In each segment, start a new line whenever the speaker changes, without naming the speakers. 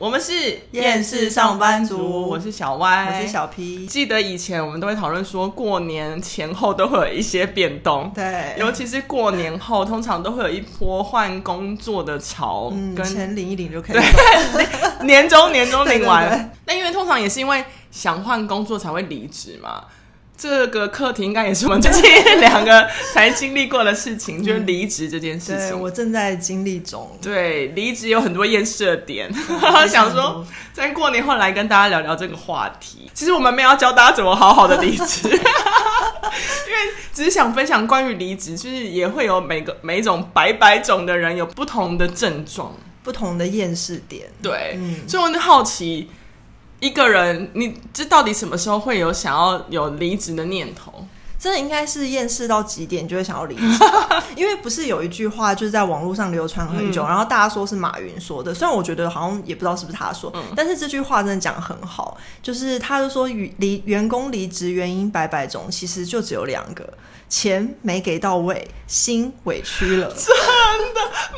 我们是
厌世上班族
我是小歪，
我是。小 P，
记得以前我们都会讨论说，过年前后都会有一些变动，
对，
尤其是过年后，通常都会有一波换工作的潮，
嗯，
跟
钱领一领就可以 走，
年终年终领
对对对
完。那因为通常也是因为想换工作才会离职嘛。这个课题应该也是我们最近 两个才经历过的事情，就是离职这件事
嗯对
情。
我正在经历中，
对，离职有很多厌世的点，
非常
想
多
说在过年后来跟大家聊聊这个话题。其实我们没有要教大家怎么好好的离 职，因为只是想分享关于离职，就是也会有每个每一种百百种的人有不同的症状。
不同的厌世点，
对，
嗯
所以我很好奇，一个人你这到底什么时候会有想要有离职的念头？
真的应该是厌世到极点，就会想要离职。因为不是有一句话就是在网络上流传很
嗯
久，然后大家说是马云说的，虽然我觉得好像也不知道是不是他
嗯
说，但是这句话真的讲得很好，就是他就说与离员工离职原因百百种，其实就只有两个：钱没给到位，心委 屈了，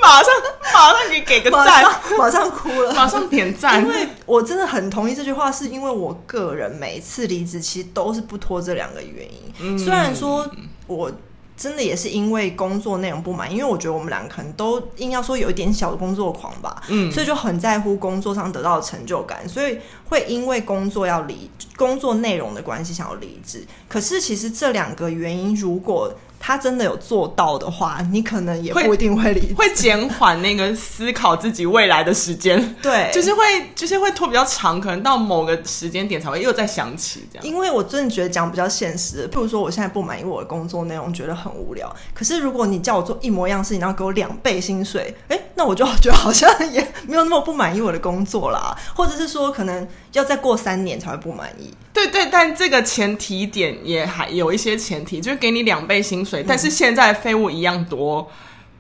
马上马上给给个
马
赞，
上马上哭了，
马上点赞，
因为我真的很同意这句话，是因为我个人每一次离职其实都是不拖这两个原因。
嗯
虽然说我真的也是因为工作内容不满，因为我觉得我们两个可能都硬要说有一点小的工作狂吧，
嗯
所以就很在乎工作上得到的成就感，所以会因为工作要离工作内容的关系想要离职。可是其实这两个原因，如果他真的有做到的话，你可能也
会
不一定会离职。
会减缓那个思考自己未来的时间。
对，
就是会，就是会拖比较长，可能到某个时间点才会又再想起这样。
因为我真的觉得讲比较现实的，譬如说我现在不满意我的工作内容，觉得很无聊。可是如果你叫我做一模一样的事情，然后给我两倍薪水，哎，那我就觉得好像也没有那么不满意我的工作啦，或者是说可能要再过三年才会不满意。
对对，但这个前提点也还有一些前提，就是给你两倍薪水，但是现在废物一样多，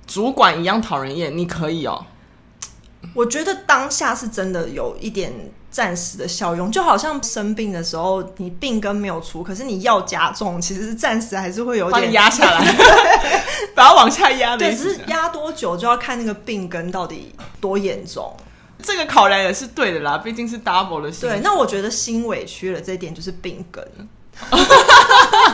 主管一样讨人厌，你可以哦。
我觉得当下是真的有一点暂时的效用，就好像生病的时候，你病根没有除，可是你药加重，其实是暂时还是会有
把
点
你压下 来，把它往下压的
对，
意思。
只是压多久就要看那个病根到底多严重。
这个考量也是对的啦，毕竟是 double 的薪
对，
水。
那我觉得心委屈了这一点就是病根。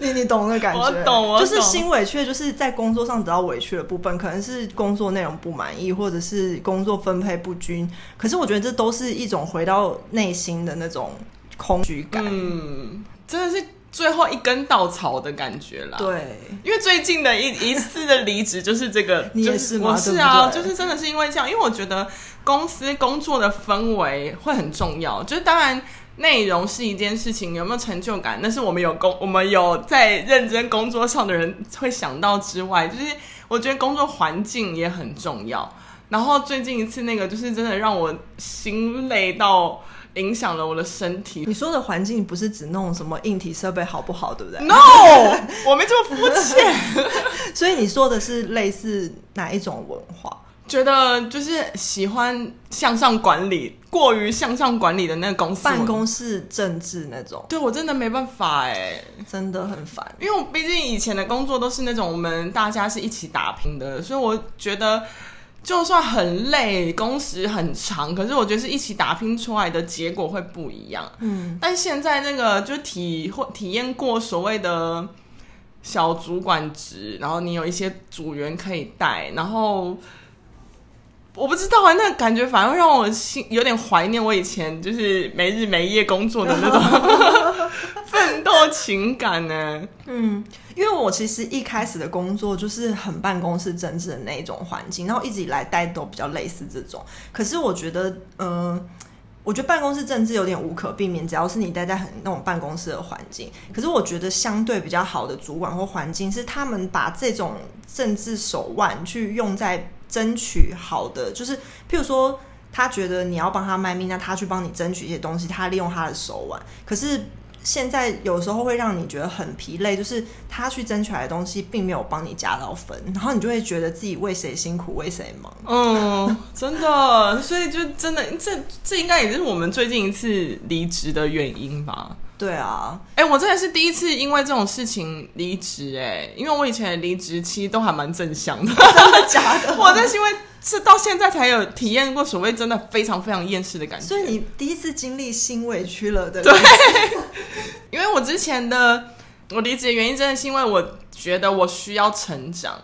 你你懂那感觉？
我懂我懂
就是心委屈，就是在工作上得到委屈的部分，可能是工作内容不满意，或者是工作分配不均。可是我觉得这都是一种回到内心的那种空虚感。
嗯，真的是最后一根稻草的感觉啦。
对，
因为最近的一一次的离职就是这个，
你也
就是
吗
我是啊，
对不对
就是真的是因为这样，因为我觉得公司工作的氛围会很重要，就是当然。内容是一件事情，有没有成就感，那是我们有工，我们有在认真工作上的人会想到之外，就是我觉得工作环境也很重要。然后最近一次那个，就是真的让我心累到影响了我的身体，
你说的环境不是指那种什么硬体设备好不好，对不对？
No，我没这么肤浅。
所以你说的是类似哪一种文化？
觉得就是喜欢向上管理，过于向上管理的那个公司文
办，公室政治那种，
对我真的没办法哎、
真的很烦。
因为我毕竟以前的工作都是那种我们大家是一起打拼的，所以我觉得就算很累，工时很长，可是我觉得是一起打拼出来的结果会不一样。
嗯，
但现在那个就体会体验过所谓的小主管职，然后你有一些组员可以带，然后我不知道啊，那感觉反而会让我心有点怀念我以前就是没日没夜工作的那种奋斗情感呢。
嗯，因为我其实一开始的工作就是很办公室政治的那一种环境，然后一直以来待都比较类似这种。可是我觉得，嗯、我觉得办公室政治有点无可避免，只要是你待在很那种办公室的环境。可是我觉得相对比较好的主管或环境，是他们把这种政治手腕去用在争取好的，就是譬如说。他觉得你要帮他卖命，那他去帮你争取一些东西，他利用他的手腕。可是现在有时候会让你觉得很疲累，就是他去争取来的东西并没有帮你加到分，然后你就会觉得自己为谁辛苦为谁忙。
嗯，真的，所以就真的这这应该也是我们最近一次离职的原因吧。
对啊，
哎、我真的是第一次因为这种事情离职，哎，因为我以前离职期都还蛮正向 的，
真的假的？
我真是因为是到现在才有体验过所谓真的非常非常厌世的感觉。
所以你第一次经历心委屈了的，
对，因为我之前的我离职的原因，真的是因为我觉得我需要成长。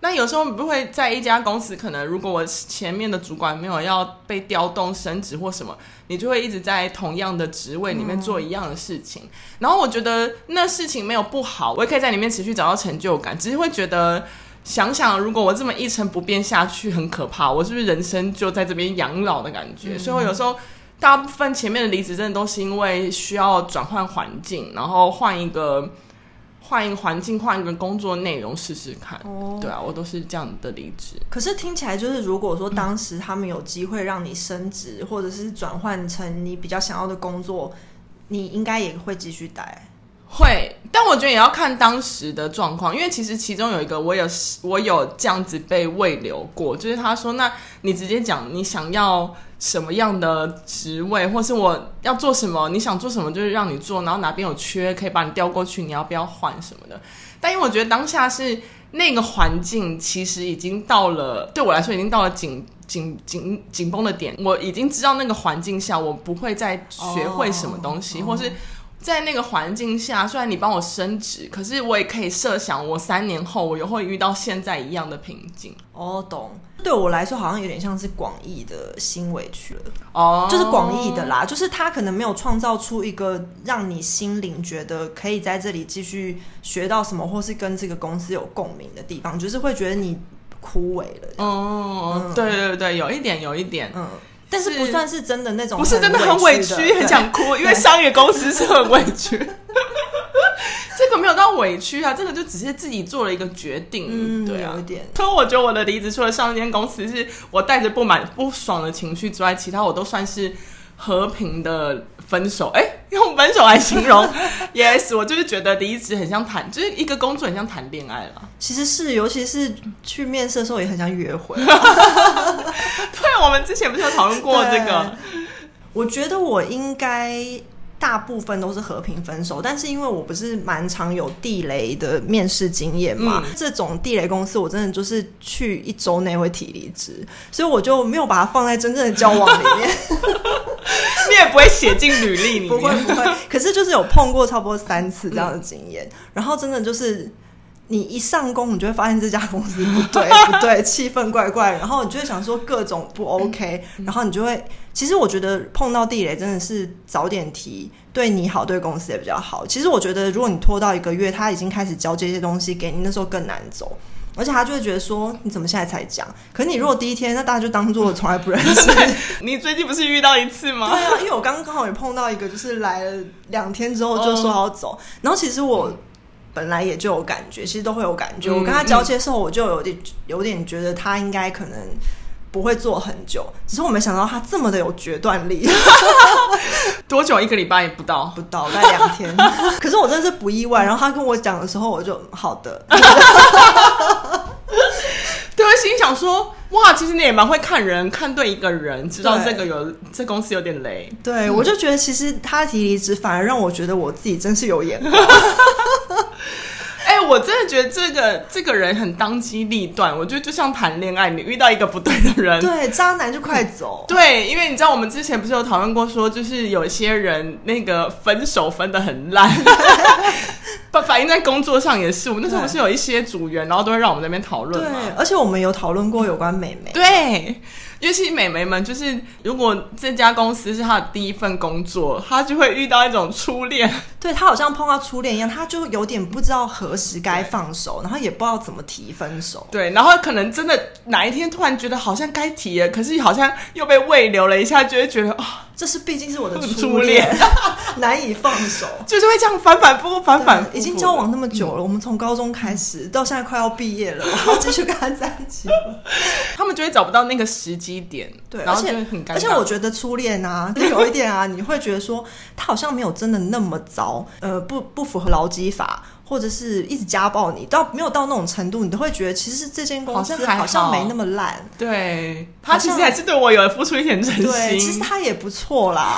那有时候你不会在一家公司，可能如果我前面的主管没有要被调动升职或什么，你就会一直在同样的职位里面做一样的事情。然后我觉得那事情没有不好，我也可以在里面持续找到成就感，只是会觉得想想，如果我这么一成不变下去，很可怕。我是不是人生就在这边养老的感觉？所以我有时候大部分前面的离职，真的都是因为需要转换环境，然后换一个换一个环境，换一个工作内容试试看。
哦
对啊，我都是这样的离职。
可是听起来就是，如果说当时他们有机会让你升职，或者是转换成你比较想要的工作，你应该也会继续待。
会，但我觉得也要看当时的状况，因为其实其中有一个我有我有这样子被喂留过，就是他说，那你直接讲你想要什么样的职位，或是我要做什么，你想做什么就是让你做，然后哪边有缺可以把你调过去，你要不要换什么的。但因为我觉得当下是那个环境，其实已经到了对我来说已经到了紧紧紧紧绷的点，我已经知道那个环境下我不会再学会什么东西，
哦
或是。在那个环境下，虽然你帮我升职，可是我也可以设想，我三年后我也会遇到现在一样的瓶颈
哦，懂。对我来说，好像有点像是广义的心委屈了，
哦
就是广义的啦，就是他可能没有创造出一个让你心灵觉得可以在这里继续学到什么，或是跟这个公司有共鸣的地方，就是会觉得你枯萎了。
哦，对对对，有一点有一点，
嗯，但是
是
不算是真的那种，
不是真的很委屈，很
对
想哭，因为商业公司是很委屈。 这个没有到委屈啊，这个就只是自己做了一个决定，
嗯，
对啊
有一。点。
所以我觉得我的离职，除了上一间公司是我带着不满、不爽的情绪之外，其他我都算是和平的分手。哎、 用分手来形 容，yes，我就是觉得离职很像谈，就是一个工作很像谈恋爱了。
其实是，尤其是去面试的时候也很想约会。
对，啊我们之前不是有讨论过这个？
我觉得我应该大部分都是和平分手，但是因为我不是蛮常有地雷的面试经验嘛，
嗯
这种地雷公司我真的就是去一周内会提离职，所以我就没有把它放在真正的交往里面。
你也不会写进履历里
不会
面。
不会，可是就是有碰过差不多三次这样的经验，然后真的就是。你一上工，你就会发现这家公司不 对不对，气氛怪怪，然后你就会想说各种不 OK，然
嗯
后你就会，其实我觉得碰到地雷真的是早点提，对你好，对公司也比较好。其实我觉得，如果你拖到一个月，他已经开始交接一些东西给你，那时候更难走，而且他就会觉得说你怎么现在才讲？可是你如果第一天，那大家就当做从来不认识你，
你最近不是遇到一次吗？
对啊，因为我刚刚好也碰到一个，就是来了两天之后就说好走，
哦
然后其实我本来也就有感觉，其实都会有感觉。
嗯
我跟他交接的时候，我就有点有点觉得他应该可能。不会做很久，
嗯
只是我没想到他这么的有决断 力，
多久？一个礼拜也不到。
不到大概两天。 可是我真的是不意
嗯
外。然后他跟我讲的时候，我就好的，
对，我心想说，哇，其实你也蛮会看人，看对一个人，知道
对
这个有这公司有点雷。
对我就觉得其实他提离职，反而让我觉得我自己真是有眼光。
哎、我真的觉得这个这个人很当机立断。我觉得就像谈恋爱，你遇到一个不对的人，
对，渣男就快走。
嗯 对，因为你知道我们之前不是有讨论过说，就是有些人那个分手分的很烂， 反反映在工作上也是。我们那时候不是有一些组员，然后都会让我们在那边讨论嘛
对，。而且我们有讨论过有关美眉。
对，尤其美眉们，就是如果这家公司是她的第一份工作，她就会遇到一种初恋，
对他好像碰到初恋一样，他就有点不知道何时该放手，然后也不知道怎么提分手。
对，然后可能真的哪一天突然觉得好像该提了，可是好像又被喂留了一下，就会觉得哦，
这是毕竟是我的
初
初恋， 难以放手。
就是会这样反反复复，反反复嗯复
已经交往那么久了，我们从高中开始到现在快要毕业了， 我要继续跟他在一起了。
他们就会找不到那个时机点，
对，
然
而
后就
且
会很尴尬。
而且我觉得初恋啊，有一点啊，你会觉得说他好像没有真的那么糟，呃，不不符合劳基法，或者是一直家暴你，到没有到那种程度，你都会觉得其实这间公
好
司
像还
好像
好
没那么烂。
对他其实
好像
还是对我有付出一点真
对，
心，
其实他也不错啦。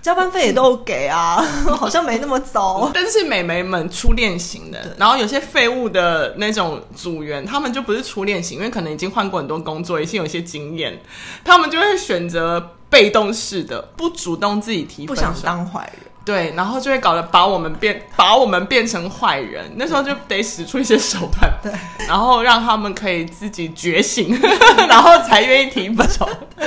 加班费也都有给啊， 好像没那么糟。
但是美眉们初恋型的
对，
然后有些废物的那种组员，他们就不是初恋型，因为可能已经换过很多工作，已经有一些经验，他们就会选择被动式的，不主动自己提
不
分
想
手，
当坏人。
对，然后就会搞得把我们变把我们变成坏人，那时候就得使出一些手段，
对，
然后让他们可以自己觉醒， 然后才愿意提分手。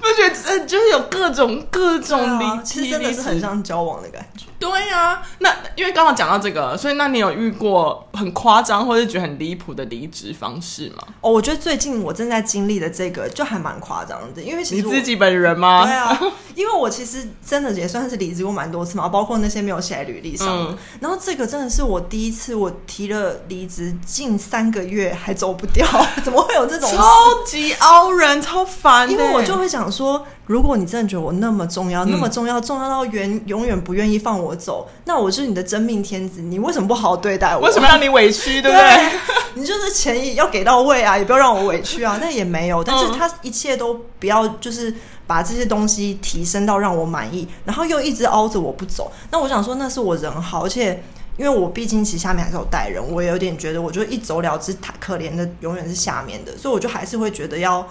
不觉得这就是有各种各种
对
离
啊，其实真的是很
像。
像交往的感觉。
对啊，那因为刚好讲到这个，所以那你有遇过很夸张或者觉得很离谱的离职方式吗？
哦，我觉得最近我正在经历的这个就还蛮夸张的，因为其
你
实我
自己本人
对
吗？
啊，因为我其实真的也算是离职过蛮多次嘛，包括那些没有写在履历上的。
嗯
然后这个真的是我第一次，我提了离职近三个月还走不掉， 怎么会有这种事？
超级凹人，超烦的。
因为我就会想说，如果你真的觉得我那么重要，那
嗯
么重要，重要到原永远不愿意放我走，那我是你的真命天子，你为什么不好好对待我？
为什么让你委屈，对
对
不对？
你就是钱也要给到位啊，也不要让我委屈啊。那也没有，但是
嗯
他一切都不要，就是把这些东西提升到让我满意，然后又一直凹着我不走。那我想说，那是我人好，而且。因为我毕竟其实下面还是有带人，我也有点觉得，我就一走了之，他可怜的永远是下面的，所以我就还是会觉得要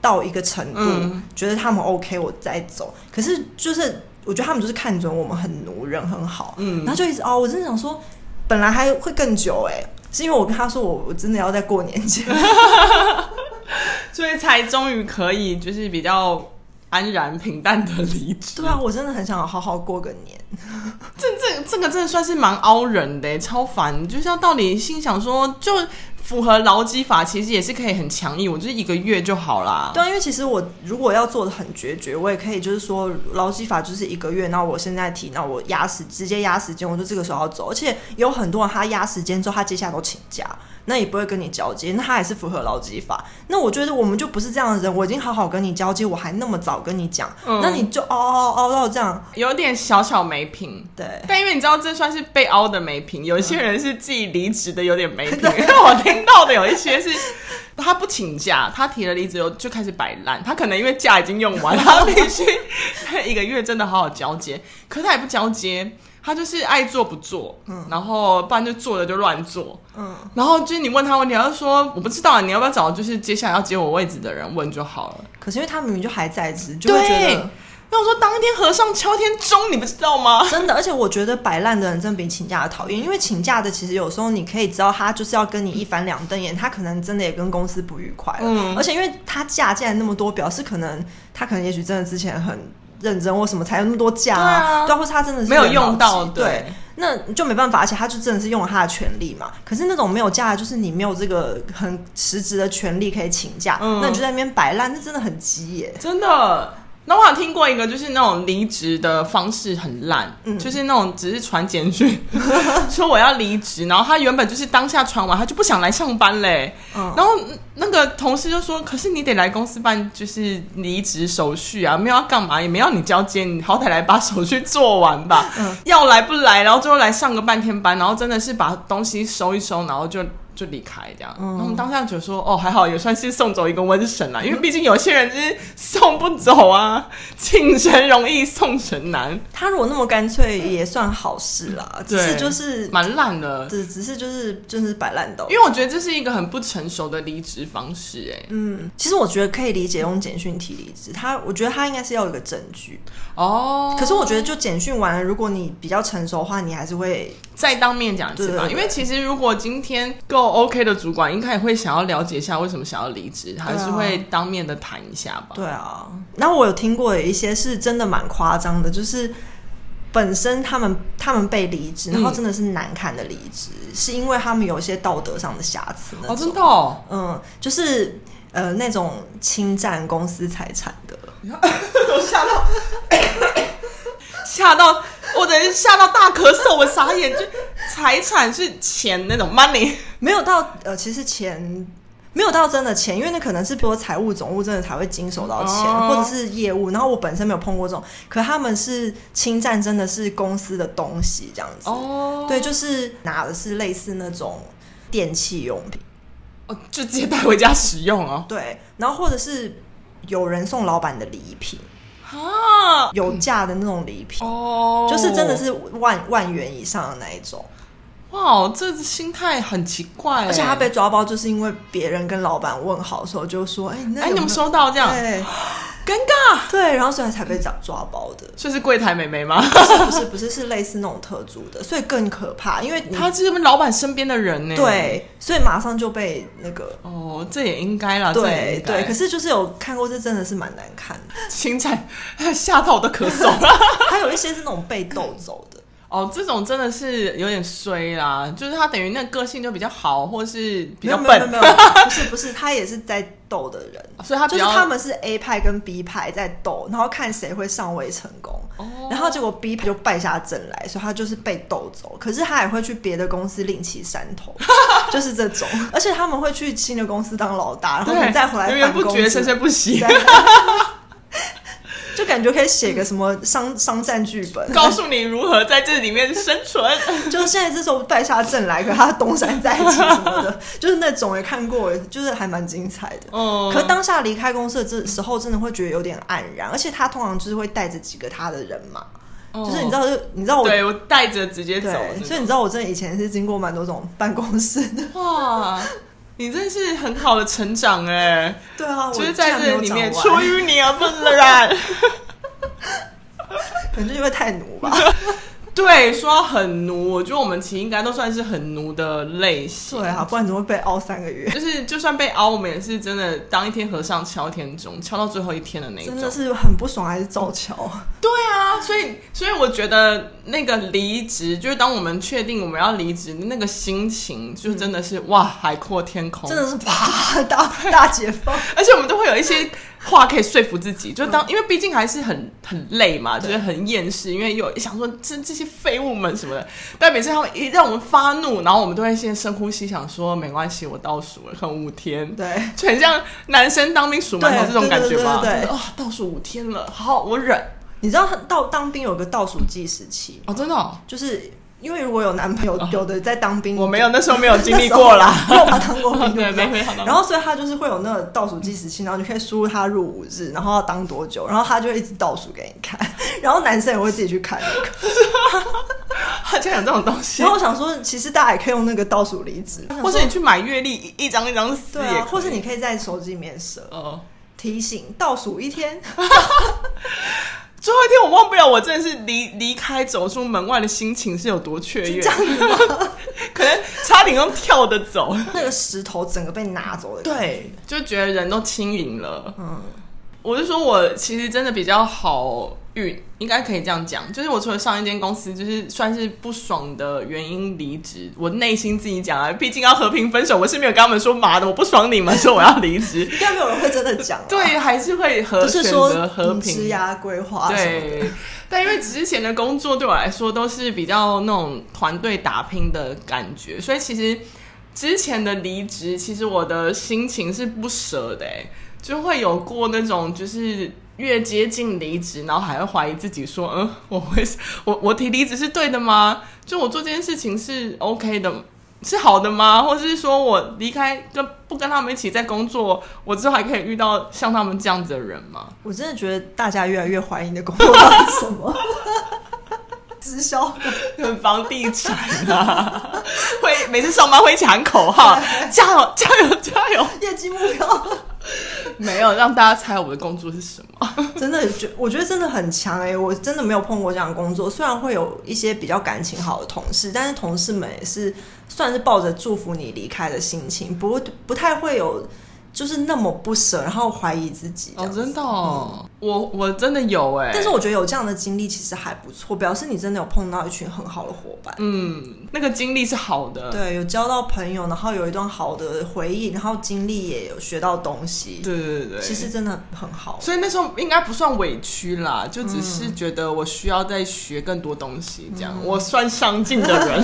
到一个程度，
嗯
觉得他们 OK 我再走。可是就是我觉得他们就是看准我们很奴，人很好，
嗯
然后就一直哦，我真的想说，本来还会更久哎、是因为我跟他说我我真的要在过 年前，
所以才终于可以就是比较安然平淡的离职。
对啊，我真的很想好好过个年。
这这这个真的算是蛮凹人的，超烦。就是要到底心想说，就符合劳基法，其实也是可以很强硬，我就是一个月就好啦。
对啊，因为其实我如果要做的很决绝，我也可以就是说劳基法就是一个月，那我现在提，那我压时直接压时间，我就这个时候要走。而且有很多人他压时间之后，他接下来都请假，那也不会跟你交接，那他也是符合劳基法。那我觉得我们就不是这样的人，我已经好好跟你交接，我还那么早跟你讲，
嗯
那你就凹凹凹到这样，
有点小小没品。
对。
但因为你知道，这算是被凹的没品，有一些人是自己离职的，有点没品。因为我听到的有一些是，他不请假，他提了离职后就开始摆烂，他可能因为假已经用完，他必须一个月真的好好交接，可是他也不交接，他就是爱做不做，然后不然就做了就乱做，
嗯
然后就是你问他问题，他就说我不知道，你要不要找就是接下来要接我位置的人问就好了。
可是因为他明明就还在职，就会觉
对
得。
那我说当天和尚敲天钟，你不知道吗？
真的，而且我觉得摆烂的人真的比请假的讨厌，因为请假的其实有时候你可以知道他就是要跟你一翻两瞪眼，他可能真的也跟公司不愉快了，
嗯
而且因为他假竟然那么多，表示可能他可能也许真的之前很认真或什么才有那么多假
对啊
对啊，或是他真的是
没有
人
用到
劳气对
对，
那就没办法，而且他就真的是用了他的权利嘛。可是那种没有假的，就是你没有这个很实质的权利可以请假，
嗯
那你就在那边摆烂，那真的很鸡耶。
真的。那我有听过一个，就是那种离职的方式很烂，
嗯
就是那种只是传简讯 说我要离职，然后他原本就是当下传完，他就不想来上班嘞。
嗯
然后那个同事就说：“可是你得来公司办就是离职手续啊，没有要干嘛，也没要你交接，你好歹来把手续做完吧。
嗯
要来不来，然后最后来上个半天班，然后真的是把东西收一收，然后就就离开这样。
嗯
然后我们当下觉得说，哦，还好也算是送走一个瘟神啊啦，因为毕竟有些人就是送不走啊， 请神容易送神难，
他如果那么干脆，也算好事啦。只是
对
就是
蛮烂的。
只只是就是就是摆烂抖
因。为我觉得这是一个很不成熟的离职方式、哎，
嗯，其实我觉得可以理解用简讯提离职，他我觉得他应该是要有一个证据。
哦，
可是我觉得就简讯完了，如果你比较成熟的话，你还是会
再当面讲一次吧，
对对对
因为其实如果今天够 OK 的主管，应该也会想要了解一下为什么想要离职，还是会当面的谈一下吧。
对啊。然后我有听过有一些是真的蛮夸张的，就是本身他们他们被离职，然后
嗯
真的是难看的离职，是因为他们有一些道德上的瑕疵那
哦，
种。
真的哦，
嗯，就是呃那种侵占公司财产的。
吓到，吓到，我等于吓到大咳嗽，我傻眼。就财产是钱那种 money，
没有到呃，其实钱没有到真的钱，因为那可能是比如说财务总务真的才会经手到钱，
哦
或者是业务。然后我本身没有碰过这种，可他们是侵占真的是公司的东西这样 子。
哦
对，就是拿的是类似那种电器用品，
哦，就直接带回家使用哦。
对，然后或者是有人送老板的礼品。
啊，
有价的那种礼品，
嗯哦，
就是真的是万万元以上的那一种。
哇，哦这心态很奇怪欸，
而且他被抓包，就是因为别人跟老板问好的时候就说：“哎、那
哎，
有
你
没
们
有
收到这样，
对
尴尬，
对，然后所以才被抓抓包的。
这是柜台美眉吗？
不是不是不是是类似那种特助的，所以更可怕，因为你
她是老板身边的人呢，，
嗯对，所以马上就被那个。
哦，这也应该啦，这也
对
应该
对，可是就是有看过，这真的是蛮难看 的。
心 态吓到我都咳嗽了。
还有一些是那种被逗走的，
哦，这种真的是有点衰啦，就是他等于那个性就比较好，或是比较
没有
笨，
没有没有，没有不是不是，他也是在逗的人，
所以他比
啊就是
较
他们是 A 派跟 B 派在斗，然后看谁会上位成功。
哦
然后结果 B 派就败下阵来，所以他就是被斗走。可是他也会去别的公司另起山 头，就是这种。而且他们会去新的公司当老大，然后
对
你再回来
源源
反
不
攻
绝，
自
生生不息
对。就感觉可以写个什么商商战剧本。
告诉你如何在这里面生存。
就是现在这时候败下阵来，可他东山再起什么的，就是那种也看过，就是还蛮精彩的。
哦，
可当下离开公司的这时候，真的会觉得有点黯然，而且他通常就是会带着几个他的人嘛，就是你知
道，
道，就你知道我
哦对我带着直接走那
对，
种，
所以你知道我真的以前是经过蛮多种办公室的，
哇，你真是很好的成长哎、
对啊，我
就是在
竟然没
这
有
里
讲
面
完
出淤泥而不染。
可能就因为太啊奴吧，
对，说到很奴，我觉得我们其实应该都算是很奴的类型。
对啊，不然怎么会被熬三个月？
就是就算被熬，我们也是真的当一天和尚敲一天钟，敲到最后一天的那一种
真。的是很不爽，还是造桥？
对啊，所以所以我觉得那个离职，就是当我们确定我们要离职，那个心情就真的是、哇，海阔天空，
真的是啪大大解放，
而且我们都会有一些话可以说服自己，就当、因为毕竟还是很很累嘛，就是很厌世，因为有想说这这些废物们什么的。但每次他们一让我们发怒，然后我们都会先深呼吸，想说没关系，我倒数了，剩五天。
对。
就很像男生当兵数馒头
对
这种感觉吧，
对对对对
就是啊，倒数五天了，好，我忍
你知道他到当兵有个倒数计时期，
哦，真的哦、
就是因为如果有男朋友，有的在当兵，
我没有，那时候没有经历过 啦，
没有他当过兵，
哦 对
就不知
没
道
没好当过
然后所以他就是会有那个倒数计时器，然后你可以输入他入伍日，然后要当多久，然后他就会一直倒数给你看， 然后男生也会自己去看那 个。
好像有这种东西
然，后我想说，其实大家也可以用那个倒数离职，
或是你去买月历，一一张一张撕
对
也可以，
啊，或是你可以在手机里面设
哦。
提醒倒数一天，
最后一天我忘不了，我真的是离离开走出门外的心情是有多雀跃
是这，样子吗？
可能差点用跳的走。
那个石头整个被拿走的，，
对，就觉得人都轻盈了。
嗯，
我是说我其实真的比较好运，应该可以这样讲。就是我除了上一间公司就是算是不爽的原因离职，我内心自己讲啊，毕竟要和平分手，我是没有跟他们说妈的我不爽你们，说我要离职。
应该没有人会真的讲啊，
对，还是会和
就是
选
说
择和
你
平
职涯规划
啊
什么的，
对，但因为之前的工作对我来说都是比较那种团队打拼的感觉，所以其实之前的离职，其实我的心情是不舍的、欸，就会有过那种就是。越接近离职，然后还会怀疑自己，说：“嗯，我会我我提离职是对的吗？就我做这件事情是 OK 的，是好的吗？或者是说我离开跟不跟他们一起在工作，我之后还可以遇到像他们这样子的人吗？”
我真的觉得大家越来越怀疑你的工作到底是什么。 直销
跟房地产啊， 会每次上班会一起喊口号，加油加油加油！
业绩目标，
没有让大家猜我的工作是什么，
真的觉我觉得真的很强哎、我真的没有碰过这样的工作，虽然会有一些比较感情好的同事，但是同事们也是算是抱着祝福你离开的心情，不不太会有就是那么不舍，然后怀疑自己这
哦，
样子。
真的、哦，我我真的有哎、
但是我觉得有这样的经历其实还不错，表示你真的有碰到一群很好的伙伴。
嗯，那个经历是好的，
对，有交到朋友，然后有一段好的回忆，然后经历也有学到东西。
对对对对，
其实真的很好。
所以那时候应该不算委屈啦，就只是觉得我需要再学更多东西，这样、我算上进的人。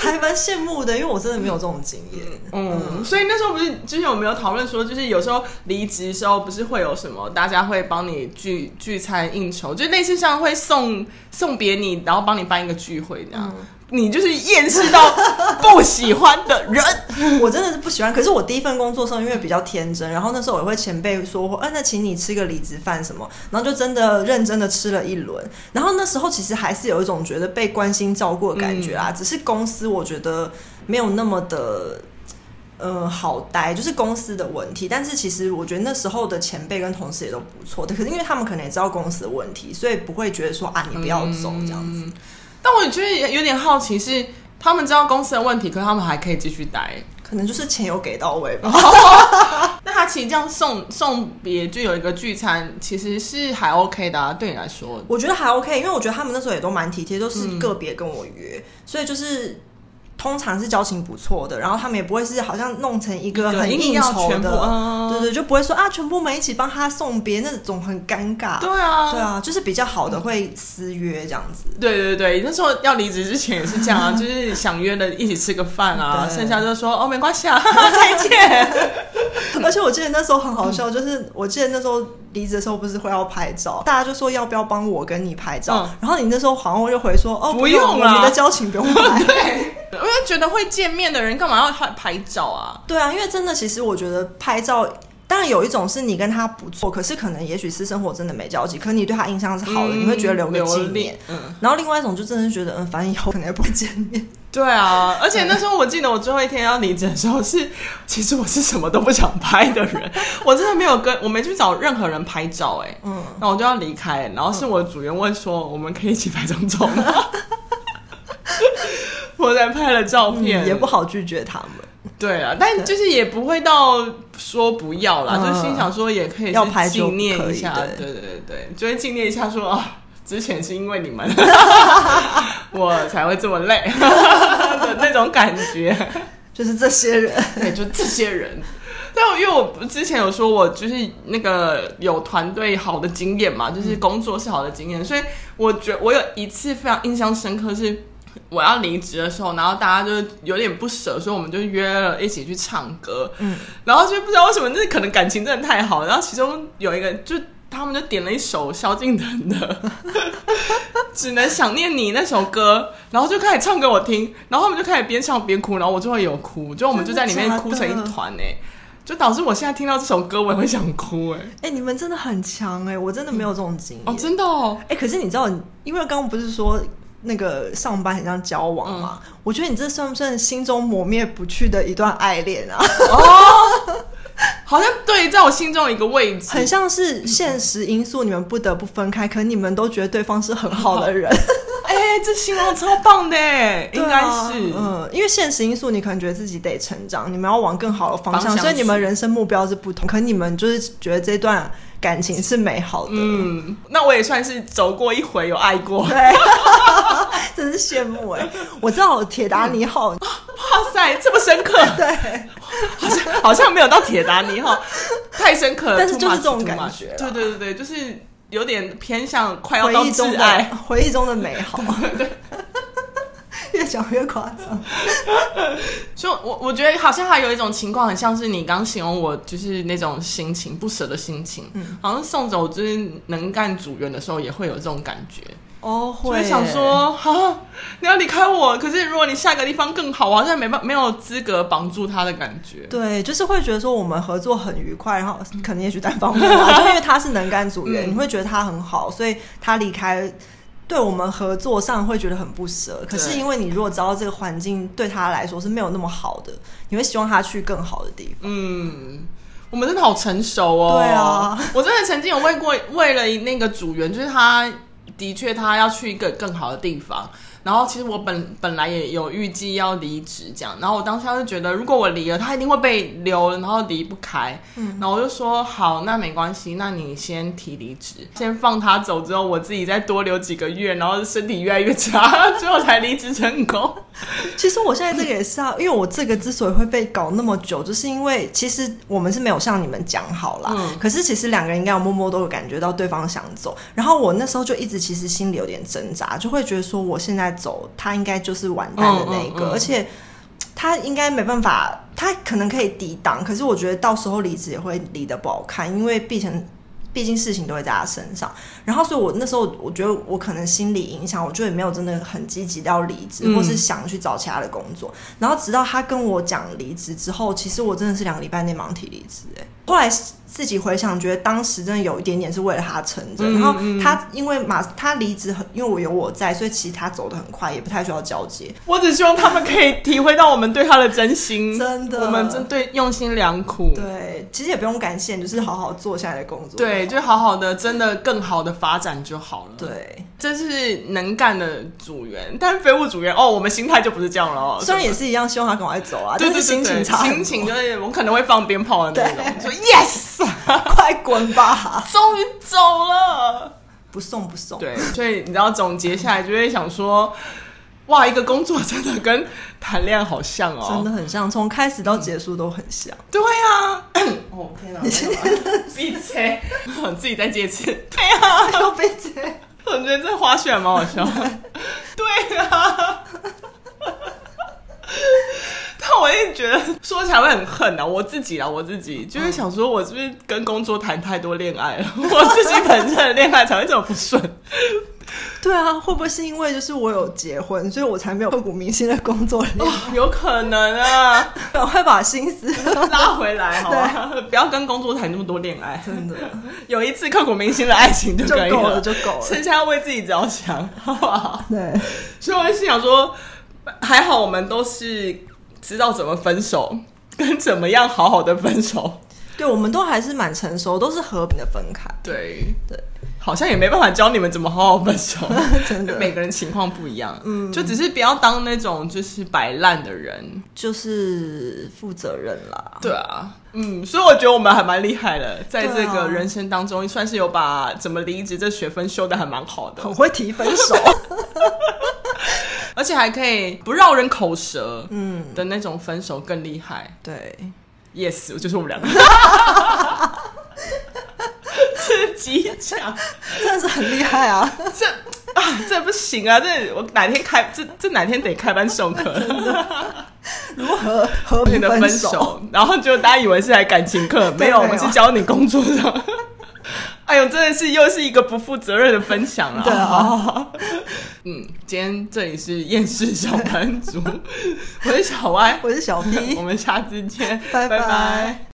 还蛮羡慕的，因为我真的没有这种经验。
嗯，所以那时候不是之前我们有讨论说，就是有时候离职的时候不是会有什么，大家会帮你聚聚餐应酬，就类似像会送送别你，然后帮你办一个聚会这样。你就是厌世到不喜欢的人。
我真的是不喜欢。可是我第一份工作的时候，因为比较天真，然后那时候我也会前辈说，哎、那请你吃个李子饭什么，然后就真的认真的吃了一轮。然后那时候其实还是有一种觉得被关心照顾的感觉啊，只是公司我觉得没有那么的。呃，好待就是公司的问题，但是其实我觉得那时候的前辈跟同事也都不错的，可是因为他们可能也知道公司的问题，所以不会觉得说啊你不要走这样子。
但我觉得也有点好奇是，他们知道公司的问题，可是他们还可以继续待。
可能就是钱有给到位吧。
那他其实这样送送别就有一个聚餐，其实是还 OK 的、啊，对你来说。
我觉得还 OK，因为我觉得他们那时候也都蛮体贴，都
嗯
是个别跟我约，所以就是通常是交情不错的，然后他们也不会是好像弄成一
一
个
个
很
一定
应
要
酬
全部
的，
嗯
对对，就不会说啊，全部我们一起帮他送别那种很尴尬。
对啊，
对啊，就是比较好的会私约这样子。
对对对，那时候要离职之前也是这样 啊，就是想约了一起吃个饭啊，
对
剩下就说哦没关系 啊， 再见。
而且我记得那时候很好笑，就是我记得那时候离职的时候不是会要拍照，大家就说要不要帮我跟你拍照，
嗯
然后你那时候好像就回说哦
不
用
用
我
啦
们的交情不用拍。
对，我就觉得会见面的人干嘛要拍拍照啊？
对啊，因为真的，其实我觉得拍照，当然有一种是你跟他不错，可是可能也许私生活真的没交集，可你对他印象是好的，
嗯
你会觉得留个纪
留
念
恋。嗯，
然后另外一种就真的是觉得，嗯，反正以后可能也不会见面。
对啊，而且那时候我记得我最后一天要离职的时候是，其实我是什么都不想拍的 人，我真的没有跟我没去找任何人拍照、哎，
嗯
嗯，那我就要离开，然后是我的组员问说，我们可以一起拍张照吗？ 我才拍了照片，
嗯也不好拒绝他们，
对啊，但就是也不会到说不要啦，
嗯
就是心想说也可以
要拍
是纪
就不
念
可
一
以
下，
对
对对对对，就会纪念一下说啊，之前是因为你们 我才会这么累 的那种感觉，
就是这些人。
对，就这些人。但因为我之前有说，我就是那个有团队好的经验嘛，就是工作是好的经验，所以我觉我有一次非常印象深刻是。我要离职的时候，然后大家就有点不舍，所以我们就约了一起去唱歌。
嗯，
然后就不知道为什么，那可能感情真的太好了。然后其中有一个，就他们就点了一首萧敬腾的 只能想念你那首歌，然后就开始唱给我听，然后他们就开始边唱边哭，然后我就会有哭，就我们就在里面
真的假的
哭成一 团哎、就导致我现在听到这首歌我也会想哭 哎、
哎、你们真的很强哎、我真的没有这种经验。
哦真的哦，
哎、可是你知道，因为刚刚不是说那个上班很像交往嘛？
嗯
我觉得你这算不算心中磨灭不去的一段爱恋啊？
好像对，在我心中有一个位置，
很像是现实因素，你们不得不分开，可你们都觉得对方是很好的人，
哎、这形容超棒的 哎、应
对
该
啊
是、
嗯，因为现实因素，你可能觉得自己得成长，你们要往更好的方
方
向，
向
所以你们
去
人生目标是不同，可你们就是觉得这段感情是美好的，
嗯，那我也算是走过一回，有爱 过。
对，真是羡慕哎、我知道我铁达尼号，
嗯哇塞，这么深刻，
对，
好像好像没有到铁达尼 号，太深刻了。
但是就
too
是
much，
这种
too
感
much
觉啦
对对对对，就是有点偏向快要
回
到
忆中
挚
的
爱。
回忆中的美 好， 越讲越夸张，
所以我，我觉得好像还有一种情况，很像是你刚形容我，就是那种心情不舍的心情。
嗯
好像送走就是能干组员的时候，也会有这种感觉，
哦，
就
会
会想说啊，你要离开我，可是如果你下个地方更好，我好像没办没有资格绑住他的感觉。
对，就是会觉得说我们合作很愉快，然后可能也许单方面 吧，就因为他是能干组员，
嗯
你会觉得他很好，所以他离开。对我们合作上会觉得很不舍，可是
对
因为你如果知道这个环境对他来说是没有那么好的，你会希望他去更好的地方。
嗯，我们真的好成熟哦。
对啊，
我真的曾经有为过为了那个组员，就是他的确他要去一个更好的地方。然后其实我本本来也有预计要离职这样，然后我当下就觉得，如果我离了，他一定会被留，然后离不开。嗯，然后我就说好，那没关系，那你先提离职，先放他走，之后我自己再多留几个月，然后身体越来越差， 最后才离职成功。
其实我现在这个也是啊，因为我这个之所以会被搞那么久，就是因为其实我们是没有向你们讲好啦。
嗯
可是其实两个人应该有默默都有感觉到对方想走，然后我那时候就一直其实心里有点挣扎，就会觉得说我现在走，他应该就是完蛋的那一个，
嗯嗯嗯
而且他应该没办法，他可能可以抵挡，可是我觉得到时候离职也会离得不好看，因为毕竟。毕竟事情都会在他身上。然后，所以我那时候我觉得我可能心理影响，我就也没有真的很积极到离职，
嗯
或是想去找其他的工作。然后直到他跟我讲离职之后，其实我真的是两个礼拜内忙提离职、欸。后来自己回想，觉得当时真的有一点点是为了他撑着。
嗯
然后
嗯
他因为马他离职很，因为我有我在，所以其实他走的很快，也不太需要交接。
我只希望他们可以体会到我们对他的真心，
真的
我们真对用心良苦，
对，其实也不用感谢，你就是好好做下来的工作。
对，就好好的，真的更好的发展就好了。，
对，
这是能干的组员，但是废物组员哦，我们心态就不是这样了哦。
虽然也是一样，希望他赶快走啊，
对对
但是
对
心情
对，
差很
心
多，
情就是我可能会放鞭炮的那种，说 yes，
快滚吧，
终于走了。
不送不送。
对，所以你知道总结下来就会想说，哇，一个工作真的跟谈恋爱好像哦，
真的很像，从开始到结束都很像。
对啊， 哦天哪，闭嘴， 我自己再接一次，对啊，
又被接，
我觉得这花絮还蛮好 笑的，对啊。但我也觉得说起来会很恨啊，我自己啊，我自己就会想说，我是不是跟工作谈太多恋爱了？ 我自己本身的恋爱才会这么不顺。
对啊，会不会是因为就是我有结婚，所以我才没有刻骨铭心的工 作里面，
有可能啊，
赶快把心思
拉回来好吧，
啊
不要跟工作谈那么多恋爱。
真的
有一次刻骨铭心的爱情就
就
可以
够了，就够了。
剩下要为自己着想，好不好？
对，
所以我心想说，还好我们都是知道怎么分手， 跟怎么样好好的分手。
对，我们都还是蛮成熟，都是和平的分开。
对
对，
好像也没办法教你们怎么好好分手，
真的
每个人情况不一样，嗯，就只是不要当那种就是摆烂的人。
就是负责任啦。
对啊，嗯，所以我觉得我们还蛮厉害的，在
对
这
啊
个人生当中，算是有把怎么离职这学分修的还蛮好的，
很会提分 手，
而且还可以不绕人口舌，
嗯，
的那种分手更厉害。
对，
Yes，就是我们 两个。这极讲，
真的是很厉害啊！
这啊，这不行啊！这我哪天开这这哪天得开班授课，
如何和
你
平
的分
手？
手，然后就大家以为是来感情课，
对啊
没有，我
没有
们是教你工作的。 哎呦，真的是又是一个不负责任的分享了。
对
啊，嗯，今天这里是厌世小班族，我是小歪，
我是小 P，
我们下次见，
拜
拜
拜